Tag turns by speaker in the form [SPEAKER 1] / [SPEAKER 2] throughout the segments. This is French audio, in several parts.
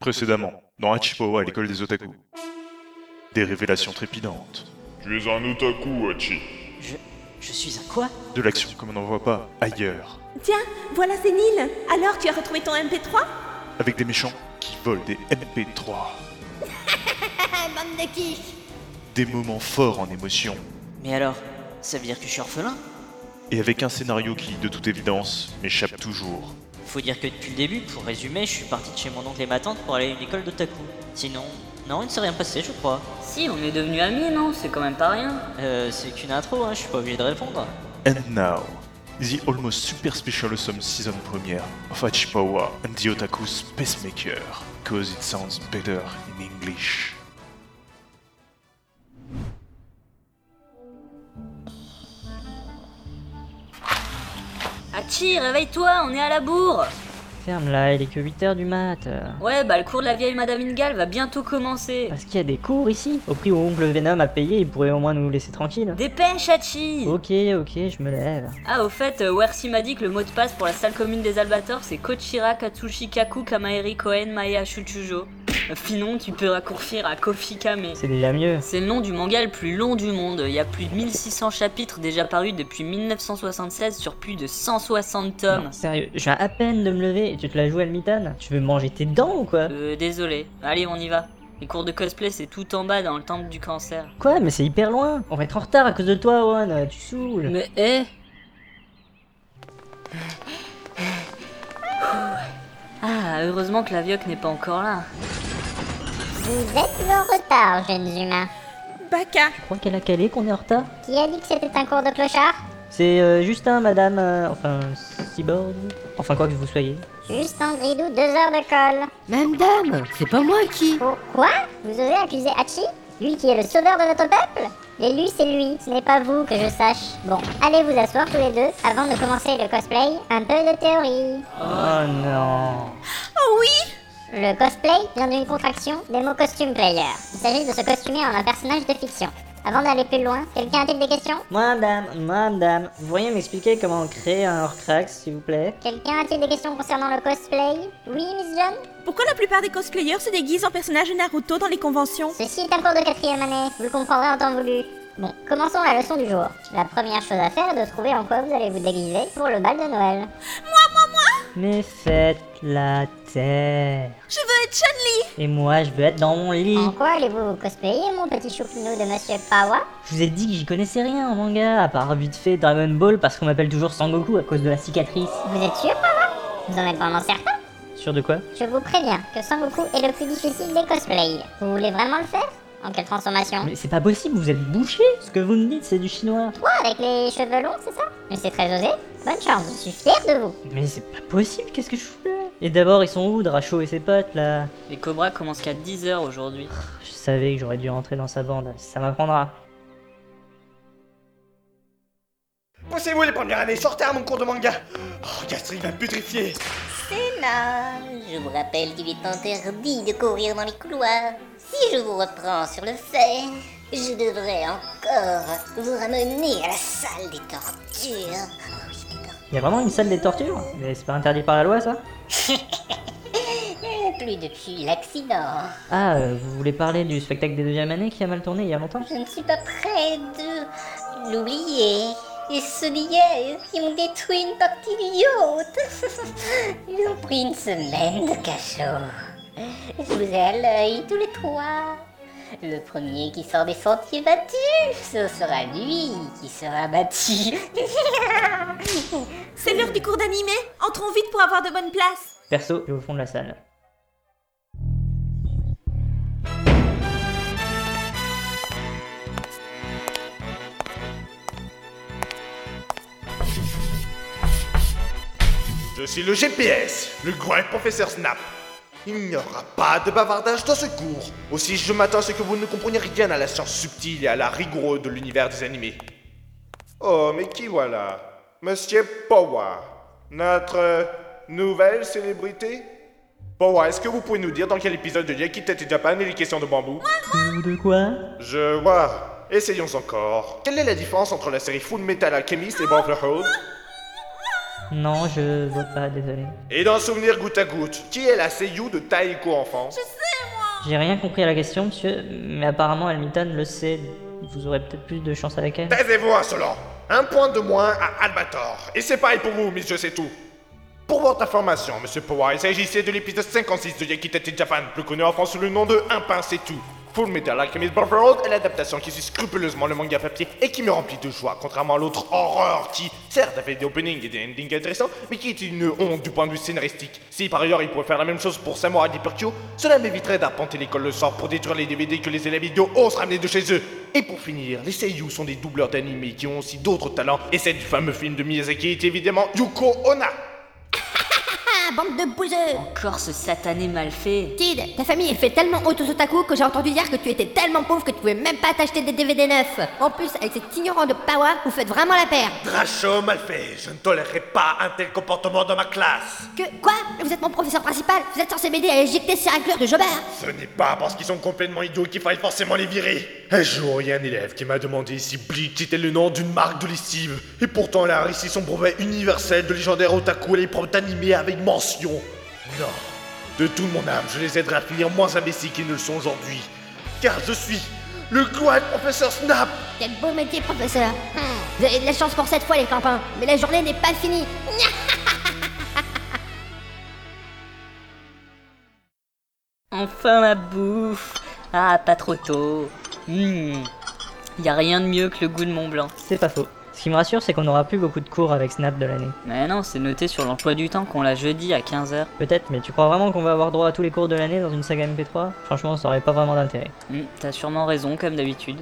[SPEAKER 1] Précédemment, dans Hachipawa, l'école des otaku. Des révélations trépidantes.
[SPEAKER 2] Tu es un otaku, Hachi.
[SPEAKER 3] Je. Je suis un quoi
[SPEAKER 1] De l'action comme on n'en voit pas ailleurs.
[SPEAKER 4] Tiens, voilà c'est Neil. Alors tu as retrouvé ton MP3
[SPEAKER 1] Avec des méchants qui volent des MP3.
[SPEAKER 5] Bande de quiches
[SPEAKER 1] Des moments forts en émotion.
[SPEAKER 3] Mais alors, ça veut dire que je suis orphelin
[SPEAKER 1] Et avec un scénario qui, de toute évidence, m'échappe toujours.
[SPEAKER 3] Faut dire que depuis le début, pour résumer, je suis parti de chez mon oncle et ma tante pour aller à une école d'otaku. Sinon, non, il ne s'est rien passé, je crois.
[SPEAKER 6] Si, on est devenus amis, non C'est quand même pas rien.
[SPEAKER 3] Euh, c'est qu'une intro, hein, je suis pas obligé de répondre.
[SPEAKER 1] And now, the almost super special awesome season premiere of Hachipawa and the Otaku Spacemaker. Cause it sounds better in English.
[SPEAKER 6] Hachi, réveille-toi, on est à la bourre
[SPEAKER 7] Ferme-la, il est que 8h du mat. euh.
[SPEAKER 6] Ouais, bah le cours de la vieille Madame Ingal va bientôt commencer.
[SPEAKER 7] Parce qu'il y a des cours ici. Au prix où oncle Venom a payé, il pourrait au moins nous laisser tranquille.
[SPEAKER 6] Dépêche, Hachi
[SPEAKER 7] Ok, ok, je me lève.
[SPEAKER 6] Ah, au fait, euh, Wersi m'a dit que le mot de passe pour la salle commune des Albators, c'est Kochira Katsushi Kaku Kamaeri Koen Maya Shuchujo. Euh, Finon, tu peux raccourcir à Kofi Kame.
[SPEAKER 7] C'est déjà mieux.
[SPEAKER 6] C'est le nom du manga le plus long du monde. Il y a plus de 1600 chapitres déjà parus depuis 1976 sur plus de 160 tomes.
[SPEAKER 7] Non, sérieux, je viens à peine de me lever et tu te la joues à l'mitane Tu veux manger tes dents ou quoi
[SPEAKER 6] Euh, désolé. Allez, on y va. Les cours de cosplay, c'est tout en bas dans le temple du cancer.
[SPEAKER 7] Quoi Mais c'est hyper loin On va être en retard à cause de toi, Owen, euh, tu saoules
[SPEAKER 6] Mais eh. hé Ah, heureusement que la vioque n'est pas encore là.
[SPEAKER 5] Vous êtes en retard, jeunes humains.
[SPEAKER 4] Baka,
[SPEAKER 7] Je crois qu'elle a calé qu'on est en retard
[SPEAKER 5] Qui a dit que c'était un cours de clochard
[SPEAKER 7] C'est euh, Justin, madame, euh, enfin, Cyborg. Enfin, quoi que vous soyez.
[SPEAKER 5] Juste un gridou, deux heures de colle.
[SPEAKER 8] Même dame, Euh, c'est pas moi qui.
[SPEAKER 5] Pourquoi Vous osez accuser Hachi Lui qui est le sauveur de notre peuple Et lui, c'est lui, ce n'est pas vous que je sache. Bon, allez vous asseoir tous les deux avant de commencer le cosplay. Un peu de théorie.
[SPEAKER 7] Oh non
[SPEAKER 8] Oh
[SPEAKER 5] Le cosplay vient d'une contraction des mots costume player. Il s'agit de se costumer en un personnage de fiction. Avant d'aller plus loin, quelqu'un a-t-il des questions
[SPEAKER 7] Moi, madame, moi, madame, vous pourriez m'expliquer comment créer un Horcrux, s'il vous plaît
[SPEAKER 5] Quelqu'un a-t-il des questions concernant le cosplay Oui, Miss John
[SPEAKER 4] pourquoi la plupart des cosplayers se déguisent en personnages de Naruto dans les conventions
[SPEAKER 5] Ceci est un cours de quatrième année, vous le comprendrez en temps voulu. Bon, commençons la leçon du jour. La première chose à faire est de trouver en quoi vous allez vous déguiser pour le bal de Noël.
[SPEAKER 7] Mais faites la terre.
[SPEAKER 4] Je veux être Chun-Li
[SPEAKER 7] Et moi, je veux être dans mon lit.
[SPEAKER 5] En quoi allez-vous vous cosplayer, mon petit choupinou de Monsieur Pawa
[SPEAKER 7] Je vous ai dit que j'y connaissais rien en manga, à part vite fait Dragon Ball parce qu'on m'appelle toujours Sangoku à cause de la cicatrice.
[SPEAKER 5] Vous êtes sûr, Pawa Vous en êtes vraiment certain
[SPEAKER 7] Sûr de quoi
[SPEAKER 5] Je vous préviens que Sangoku est le plus difficile des cosplays. Vous voulez vraiment le faire En quelle transformation
[SPEAKER 7] Mais c'est pas possible, vous êtes bouché Ce que vous me dites, c'est du chinois.
[SPEAKER 5] Toi, avec les cheveux longs, c'est ça Mais c'est très osé. Bonne chance, je suis fière de vous.
[SPEAKER 7] Mais c'est pas possible, qu'est-ce que je fous là Et d'abord, ils sont où, Dracho et ses potes là
[SPEAKER 6] Les cobras commencent qu'à 10h aujourd'hui.
[SPEAKER 7] Je savais que j'aurais dû rentrer dans sa bande, ça m'apprendra.
[SPEAKER 9] Poussez-vous les premières années, sortez à mon cours de manga Oh, Gastri va putrifier
[SPEAKER 5] Je vous rappelle qu'il est interdit de courir dans les couloirs. Si je vous reprends sur le fer, je devrais encore vous ramener à la salle des tortures. Oh oui, des tortures.
[SPEAKER 7] Y a vraiment une salle des tortures Mais c'est pas interdit par la loi ça
[SPEAKER 5] Euh, Plus depuis l'accident.
[SPEAKER 7] Ah, euh, vous voulez parler du spectacle des deuxième années qui a mal tourné il y a longtemps
[SPEAKER 5] Je ne suis pas près de l'oublier. Et ce billet, ils ont détruit une partie du yacht. Ils ont pris une semaine de cachot. Je vous ai à l'œil tous les trois. Le premier qui sort des sentiers battus, ce sera lui qui sera battu.
[SPEAKER 4] C'est l'heure du cours d'animé Entrons vite pour avoir de bonnes places
[SPEAKER 7] Perso, je vais au fond de la salle.
[SPEAKER 9] Je suis le GPS, le grand professeur Snap. Il n'y aura pas de bavardage dans ce cours. Aussi, je m'attends à ce que vous ne compreniez rien à la science subtile et à la rigoureuse de l'univers des animés. Oh, mais qui voilà Monsieur Powa, notre nouvelle célébrité Powa, est-ce que vous pouvez nous dire dans quel épisode de Yaki Tete Japan il est question de bambou
[SPEAKER 7] Ou de quoi
[SPEAKER 9] Je vois. Essayons encore. Quelle est la différence entre la série Full Metal Alchemist et Brotherhood
[SPEAKER 7] Non, je vois pas, désolé.
[SPEAKER 9] Et dans Souvenir goutte à goutte, qui est la seiyuu de Taiko enfant
[SPEAKER 7] J'ai rien compris à la question, monsieur, mais apparemment Almiton le sait. Vous aurez peut-être plus de chance avec elle.
[SPEAKER 9] Taisez-vous, insolent Un point de moins à Albator. Et c'est pareil pour vous, monsieur, c'est tout. Pour votre information, monsieur Power, il s'agissait de l'épisode 56 de Yakitati Japan, plus connu en France sous le nom de Un pain, c'est tout. Full Metal Alchemist Brotherhood est l'adaptation qui suit scrupuleusement le manga papier et qui me remplit de joie, contrairement à l'autre horreur qui, certes, avait des openings et des endings intéressants, mais qui est une honte du point de vue scénaristique. Si par ailleurs il pouvait faire la même chose pour Samurai Dipertio, cela m'éviterait d'arpenter l'école le soir pour détruire les DVD que les élèves idiots osent ramener de chez eux. Et pour finir, les seiyuu sont des doubleurs d'animés qui ont aussi d'autres talents, et celle du fameux film de Miyazaki est évidemment Yuko Ona.
[SPEAKER 8] Ah, bande de bouseux
[SPEAKER 6] Encore ce satané mal fait.
[SPEAKER 8] Kid, ta famille est fait tellement haute aux otaku que j'ai entendu hier que tu étais tellement pauvre que tu pouvais même pas t'acheter des DVD neufs. En plus, avec cet ignorant de Power, vous faites vraiment la paire.
[SPEAKER 9] Dracho mal fait, je ne tolérerai pas un tel comportement dans ma classe.
[SPEAKER 8] Que, quoi Vous êtes mon professeur principal Vous êtes censé m'aider à éjecter ces racleurs de Jobert
[SPEAKER 9] Ce n'est pas parce qu'ils sont complètement idiots qu'il faille forcément les virer. Un jour, il y a un élève qui m'a demandé si Bleach était le nom d'une marque de lessive. Et pourtant, elle a réussi son brevet universel de légendaire otaku à l'épreuve d'animé avec mention. Non. De toute mon âme, je les aiderai à finir moins imbéciles qu'ils ne le sont aujourd'hui. Car je suis le clown professeur Snap
[SPEAKER 8] Quel beau métier, professeur Hum, Vous avez de la chance pour cette fois, les campins, mais la journée n'est pas finie
[SPEAKER 6] Enfin la bouffe. Ah, pas trop tôt. Hmm. Y a rien de mieux que le goût de Mont Blanc.
[SPEAKER 7] C'est pas faux. Ce qui me rassure, c'est qu'on n'aura plus beaucoup de cours avec Snap de l'année.
[SPEAKER 6] Mais non, c'est noté sur l'emploi du temps qu'on l'a jeudi à 15h.
[SPEAKER 7] Peut-être, mais tu crois vraiment qu'on va avoir droit à tous les cours de l'année dans une saga MP3 Franchement, ça aurait pas vraiment d'intérêt.
[SPEAKER 6] Hmm, T'as sûrement raison, comme d'habitude.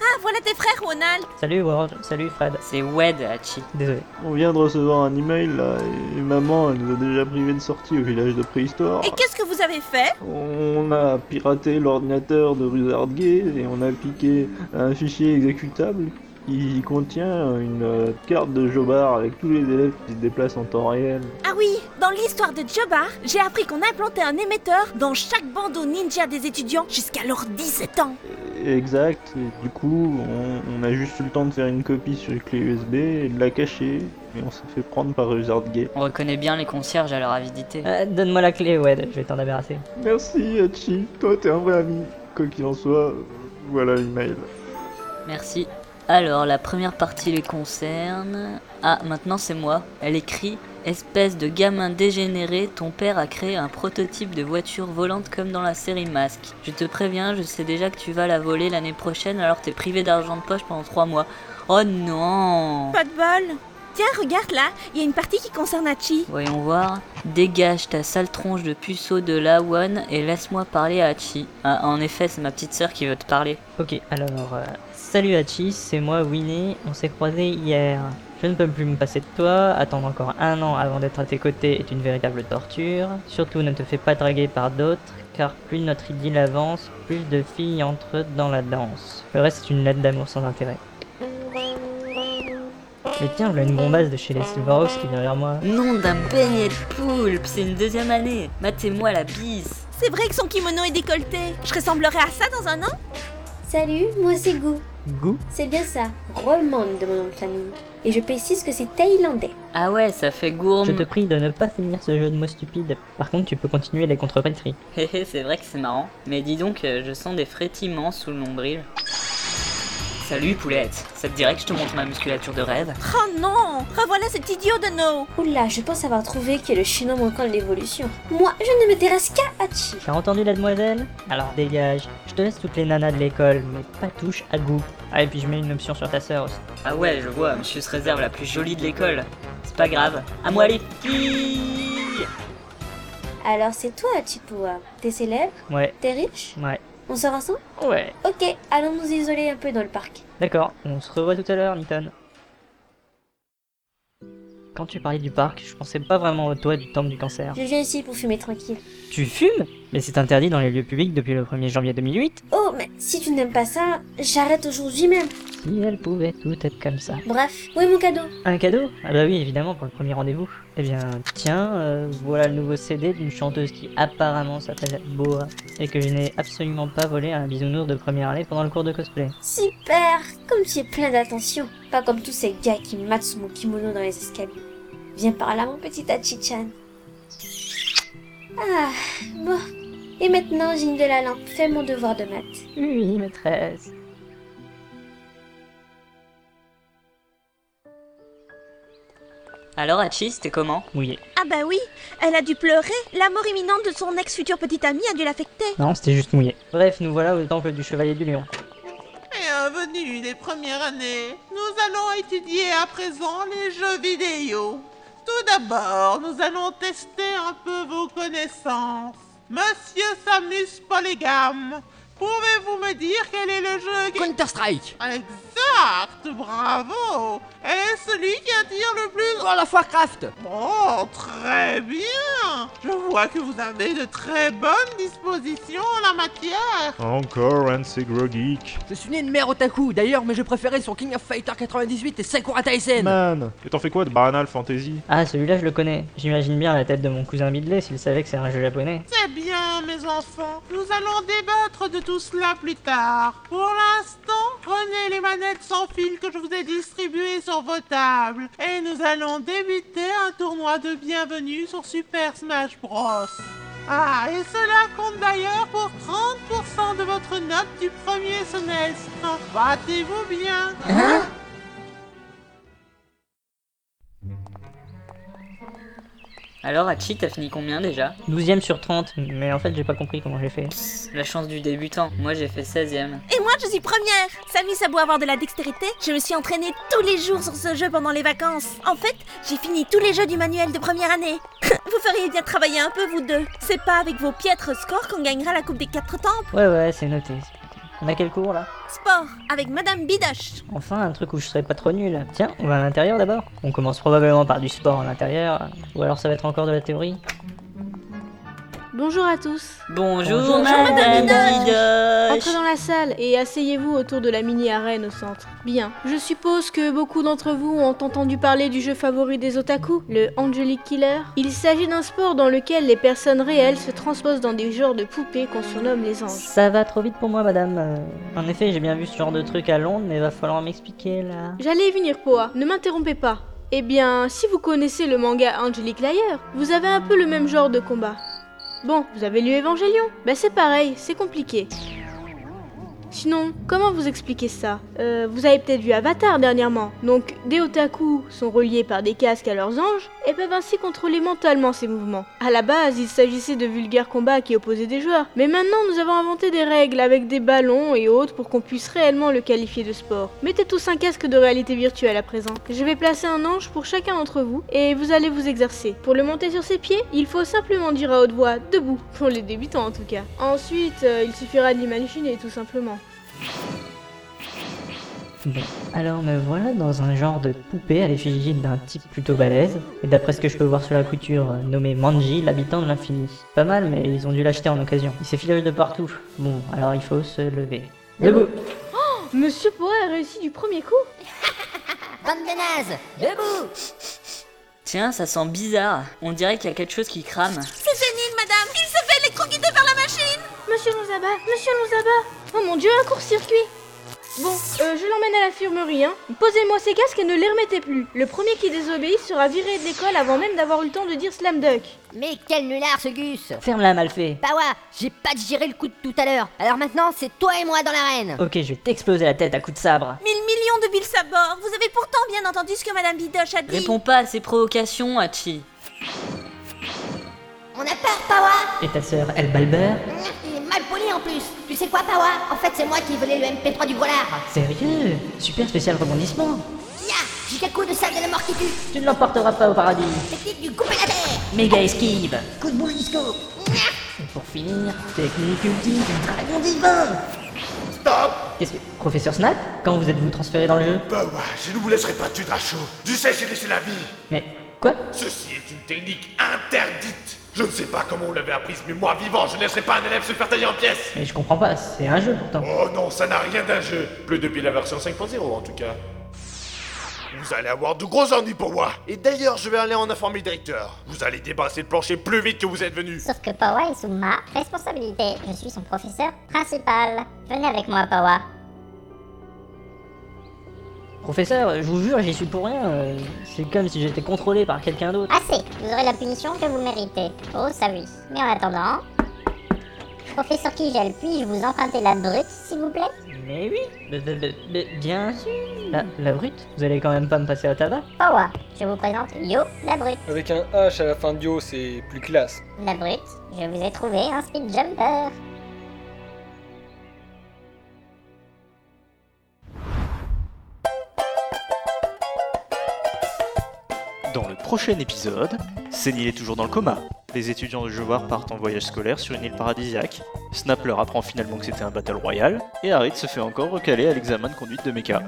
[SPEAKER 4] Ah, voilà tes frères, Ronald
[SPEAKER 7] Salut World, salut Fred.
[SPEAKER 6] C'est Wed, Hachi.
[SPEAKER 7] Désolé.
[SPEAKER 10] On vient de recevoir un email là, et maman elle nous a déjà privé de sortie au village de préhistoire.
[SPEAKER 4] Et qu'est-ce que vous avez fait
[SPEAKER 10] On a piraté l'ordinateur de Wizard Gay et on a piqué un fichier exécutable qui contient une euh, carte de Jobard avec tous les élèves qui se déplacent en temps réel.
[SPEAKER 4] Ah oui, dans l'histoire de Jobar, j'ai appris qu'on implantait un émetteur dans chaque bandeau ninja des étudiants jusqu'à leurs 17 ans.
[SPEAKER 10] Exact, et du coup on, on a juste eu le temps de faire une copie sur une clé USB et de la cacher, et on s'est fait prendre par Wizard Gay.
[SPEAKER 6] On reconnaît bien les concierges à leur avidité.
[SPEAKER 7] Euh, Donne-moi la clé, Wed, je vais t'en débarrasser.
[SPEAKER 10] Merci Hachi, toi t'es un vrai ami. Quoi qu'il en soit, voilà l'email.
[SPEAKER 6] Merci. Alors, la première partie les concerne. Ah, maintenant c'est moi. Elle écrit Espèce de gamin dégénéré, ton père a créé un prototype de voiture volante comme dans la série Mask. Je te préviens, je sais déjà que tu vas la voler l'année prochaine, alors t'es privé d'argent de poche pendant 3 mois. Oh non
[SPEAKER 4] Pas de bol Tiens, regarde là, il y a une partie qui concerne Hachi.
[SPEAKER 6] Voyons voir. Dégage ta sale tronche de puceau de la one et laisse-moi parler à Hachi. Ah, en effet, c'est ma petite sœur qui veut te parler.
[SPEAKER 7] Ok, alors. euh, salut Hachi, c'est moi Winnie, on s'est croisés hier. Je ne peux plus me passer de toi, attendre encore un an avant d'être à tes côtés est une véritable torture. Surtout ne te fais pas draguer par d'autres, car plus notre idylle avance, plus de filles entrent dans la danse. Le reste est une lettre d'amour sans intérêt. Mais tiens, voilà une bombasse de chez les Silverhawks qui est derrière moi.
[SPEAKER 6] Nom d'un beignet de poulpe, c'est une deuxième année. Matez-moi la bise.
[SPEAKER 4] C'est vrai que son kimono est décolleté. Je ressemblerai à ça dans un an
[SPEAKER 11] Salut, moi c'est Gu.
[SPEAKER 7] Goût
[SPEAKER 11] C'est bien ça, Rollman de mon nom de famille. Et je précise que c'est thaïlandais.
[SPEAKER 6] Ah ouais, ça fait gourme.
[SPEAKER 7] Je te prie de ne pas finir ce jeu de mots stupide. Par contre, tu peux continuer les contrepétries.
[SPEAKER 6] Hé hé, c'est vrai que c'est marrant. Mais dis donc, euh, je sens des frétillements sous le nombril. Salut poulette, ça te dirait que je te montre ma musculature de rêve
[SPEAKER 4] Oh non Revoilà cet idiot de No
[SPEAKER 11] Oula, je pense avoir trouvé qui est le chinois manquant de l'évolution. Moi, je ne m'intéresse qu'à Hachi.
[SPEAKER 7] T'as entendu la demoiselle Alors dégage. Je te laisse toutes les nanas de l'école, mais pas touche à goût. Ah, et puis je mets une option sur ta sœur aussi.
[SPEAKER 6] Ah ouais, je vois, monsieur se réserve la plus jolie de l'école. C'est pas grave, à moi les filles
[SPEAKER 11] Alors c'est toi, Hachi Poua. T'es célèbre
[SPEAKER 7] Ouais,
[SPEAKER 11] T'es riche
[SPEAKER 7] ouais,
[SPEAKER 11] On sort ensemble
[SPEAKER 7] ouais.
[SPEAKER 11] Ok, allons nous isoler un peu dans le parc.
[SPEAKER 7] D'accord, on se revoit tout à l'heure, Niton. Quand tu parlais du parc, je pensais pas vraiment au toit du temple du cancer.
[SPEAKER 11] Je viens ici pour fumer tranquille.
[SPEAKER 7] Tu fumes Mais c'est interdit dans les lieux publics depuis le 1er janvier 2008.
[SPEAKER 11] Oh, mais si tu n'aimes pas ça, j'arrête aujourd'hui même.
[SPEAKER 7] Si elle pouvait tout être comme ça.
[SPEAKER 11] Bref, où est mon cadeau
[SPEAKER 7] Un cadeau Ah bah oui, évidemment, pour le premier rendez-vous. Eh bien, tiens, euh, voilà le nouveau CD d'une chanteuse qui apparemment s'appelle Boa, et que je n'ai absolument pas volé à un bisounours de première année pendant le cours de cosplay.
[SPEAKER 11] Super Comme tu es plein d'attention. Pas comme tous ces gars qui matent sous mon kimono dans les escaliers. Viens par là, mon petit Hachi-chan. Ah, bon. Et maintenant, Gine de la lampe, fais mon devoir de maths.
[SPEAKER 7] Oui, maîtresse.
[SPEAKER 6] Alors Hachi, c'était comment
[SPEAKER 7] Mouillé.
[SPEAKER 4] Ah bah oui, elle a dû pleurer. La mort imminente de son ex-futur petit ami a dû l'affecter.
[SPEAKER 7] Non, c'était juste mouillé. Bref, nous voilà au temple du Chevalier du Lion.
[SPEAKER 12] Bienvenue les premières années. Nous allons étudier à présent les jeux vidéo. Tout d'abord, nous allons tester un peu vos connaissances. Monsieur Samus Polygame, pouvez-vous me dire quel est le jeu Counter-Strike Exact, bravo Et celui qui attire le plus World of Warcraft Oh, très bien Je vois que vous avez de très bonnes dispositions en la matière
[SPEAKER 13] Encore un de ces gros geeks.
[SPEAKER 14] Je suis né de mère otaku, d'ailleurs, mais je préférais son King of Fighter 98 et Sakura Taisen.
[SPEAKER 13] Man Et t'en fais quoi de Banal Fantasy
[SPEAKER 7] Ah, celui-là, je le connais. J'imagine bien la tête de mon cousin Midley s'il savait que c'est un jeu japonais.
[SPEAKER 12] C'est bien, mes enfants. Nous allons débattre de tout cela plus tard. Pour l'instant, prenez les manettes sans fil que je vous ai distribuées sur vos tables. Et nous allons débuter un tournoi de bienvenue sur Super Smash Bros. Ah, et cela compte d'ailleurs pour 30% de votre note du premier semestre. Battez-vous bien.
[SPEAKER 6] Alors Hachi, t'as fini combien déjà
[SPEAKER 7] 12ème sur 30, mais en fait, j'ai pas compris comment j'ai fait.
[SPEAKER 6] La chance du débutant, moi j'ai fait 16ème.
[SPEAKER 4] Et moi, je suis première Samus a beau avoir de la dextérité, je me suis entraînée tous les jours sur ce jeu pendant les vacances. En fait, j'ai fini tous les jeux du manuel de première année. vous feriez bien de travailler un peu, vous deux. C'est pas avec vos piètres scores qu'on gagnera la Coupe des Quatre Temples.
[SPEAKER 7] Ouais, ouais, c'est noté. c'est noté. On a quel cours là
[SPEAKER 4] Sport, avec Madame Bidoche.
[SPEAKER 7] Enfin, un truc où je serais pas trop nul. Tiens, on va à l'intérieur d'abord. On commence probablement par du sport à l'intérieur, ou alors ça va être encore de la théorie.
[SPEAKER 15] Bonjour à tous.
[SPEAKER 6] Bonjour,
[SPEAKER 15] Bonjour,
[SPEAKER 6] Madame
[SPEAKER 15] Madame
[SPEAKER 6] Bidoche.
[SPEAKER 15] Entrez dans la salle et asseyez-vous autour de la mini-arène au centre. Bien. Je suppose que beaucoup d'entre vous ont entendu parler du jeu favori des otaku, le Angelic Killer. Il s'agit d'un sport dans lequel les personnes réelles se transposent dans des genres de poupées qu'on surnomme les anges.
[SPEAKER 7] Ça va trop vite pour moi, madame. Euh, En effet, j'ai bien vu ce genre de truc à Londres, mais va falloir m'expliquer là.
[SPEAKER 15] J'allais y venir, Poa, ne m'interrompez pas. Eh bien, si vous connaissez le manga Angelic Liar, vous avez un peu le même genre de combat. Bon, vous avez lu Evangelion Bah c'est pareil, c'est compliqué. Sinon, comment vous expliquez ça Euh, Vous avez peut-être vu Avatar dernièrement. Donc, des otaku sont reliés par des casques à leurs anges et peuvent ainsi contrôler mentalement ces mouvements. À la base, il s'agissait de vulgaires combats qui opposaient des joueurs, mais maintenant nous avons inventé des règles avec des ballons et autres pour qu'on puisse réellement le qualifier de sport. Mettez tous un casque de réalité virtuelle à présent. Je vais placer un ange pour chacun d'entre vous et vous allez vous exercer. Pour le monter sur ses pieds, il faut simplement dire à haute voix debout, pour les débutants en tout cas. Ensuite, euh, il suffira d'imaginer tout simplement.
[SPEAKER 7] Bon, alors me voilà dans un genre de poupée à l'effigie d'un type plutôt balèze, et d'après ce que je peux voir sur la couture, euh, nommé Manji, l'habitant de l'infini. Pas mal, mais ils ont dû l'acheter en occasion. Il s'est filé de partout. Bon, alors il faut se lever. Debout
[SPEAKER 15] Oh Monsieur Poa a réussi du premier coup
[SPEAKER 8] Bande de nazes Debout
[SPEAKER 6] Tiens, ça sent bizarre. On dirait qu'il y a quelque chose qui crame.
[SPEAKER 4] C'est génial, madame Il se fait électrocuter par la machine
[SPEAKER 15] Monsieur Nozaba Monsieur Nozaba Oh mon dieu, un court-circuit Bon, euh, je l'emmène à l'infirmerie, hein. Posez-moi ces casques et ne les remettez plus. Le premier qui désobéit sera viré de l'école avant même d'avoir eu le temps de dire slam dunk.
[SPEAKER 8] Mais quel nullard ce Gus
[SPEAKER 7] Ferme-la, mal fait.
[SPEAKER 8] Bah ouais, j'ai pas digéré le coup de tout à l'heure. Alors maintenant, c'est toi et moi dans l'arène.
[SPEAKER 7] Ok, je vais t'exploser la tête à coups de sabre.
[SPEAKER 4] Mille millions de villes à bord Vous avez pourtant bien entendu ce que Madame Bidoche a dit
[SPEAKER 6] Réponds pas à ces provocations, Hachi.
[SPEAKER 8] On a peur, Pawa
[SPEAKER 7] Et ta sœur, elle balbert
[SPEAKER 8] Il est mal poli en plus. Tu sais quoi, Pawa En fait, c'est moi qui volais le MP3 du volard.
[SPEAKER 7] Sérieux Super spécial rebondissement
[SPEAKER 8] Ya J'ai quel coup de sable de la mort qui tue
[SPEAKER 7] Tu ne l'emporteras pas au paradis
[SPEAKER 8] Technique du couper la terre
[SPEAKER 6] Méga esquive
[SPEAKER 8] Coup de boule disco
[SPEAKER 7] Et pour finir, technique ultime
[SPEAKER 8] Dragon divin
[SPEAKER 9] Stop
[SPEAKER 7] Qu'est-ce que... Professeur Snap Quand vous êtes-vous transféré dans le jeu
[SPEAKER 9] Bah ouais, je ne vous laisserai pas tuer Dracho. Tu sais, j'ai laissé la vie.
[SPEAKER 7] Mais... Quoi
[SPEAKER 9] Ceci est une technique interdite. Je ne sais pas comment on l'avait apprise, mais moi, vivant, je ne laisserai pas un élève se faire tailler en pièces.
[SPEAKER 7] Mais je comprends pas, c'est un jeu pourtant.
[SPEAKER 9] Oh non, ça n'a rien d'un jeu. Plus depuis la version 5.0 en tout cas. Vous allez avoir de gros ennuis pour moi. Et d'ailleurs, je vais aller en informer le directeur. Vous allez débarrasser le plancher plus vite que vous êtes venu.
[SPEAKER 5] Sauf que Pawa est sous ma responsabilité. Je suis son professeur principal. Venez avec moi, Pawa.
[SPEAKER 7] Professeur, je vous jure, j'y suis pour rien. euh, C'est comme si j'étais contrôlé par quelqu'un d'autre.
[SPEAKER 5] Assez, vous aurez la punition que vous méritez. Oh, ça oui. Mais en attendant. Professeur Kigel, puis-je vous emprunter la brute, s'il vous plaît
[SPEAKER 7] Mais oui, mais- mais- mais- mais bien sûr. La, la brute Vous allez quand même pas me passer à tabac
[SPEAKER 5] Pawa, je vous présente Yo, la brute.
[SPEAKER 16] Avec un H à la fin de Yo, c'est plus classe.
[SPEAKER 5] La brute, je vous ai trouvé un speed jumper.
[SPEAKER 17] Dans le prochain épisode, Céline est toujours dans le coma. Les étudiants de Jovard partent en voyage scolaire sur une île paradisiaque. Snap leur apprend finalement que c'était un battle royal. Et Harit se fait encore recaler à l'examen de conduite de Mecha.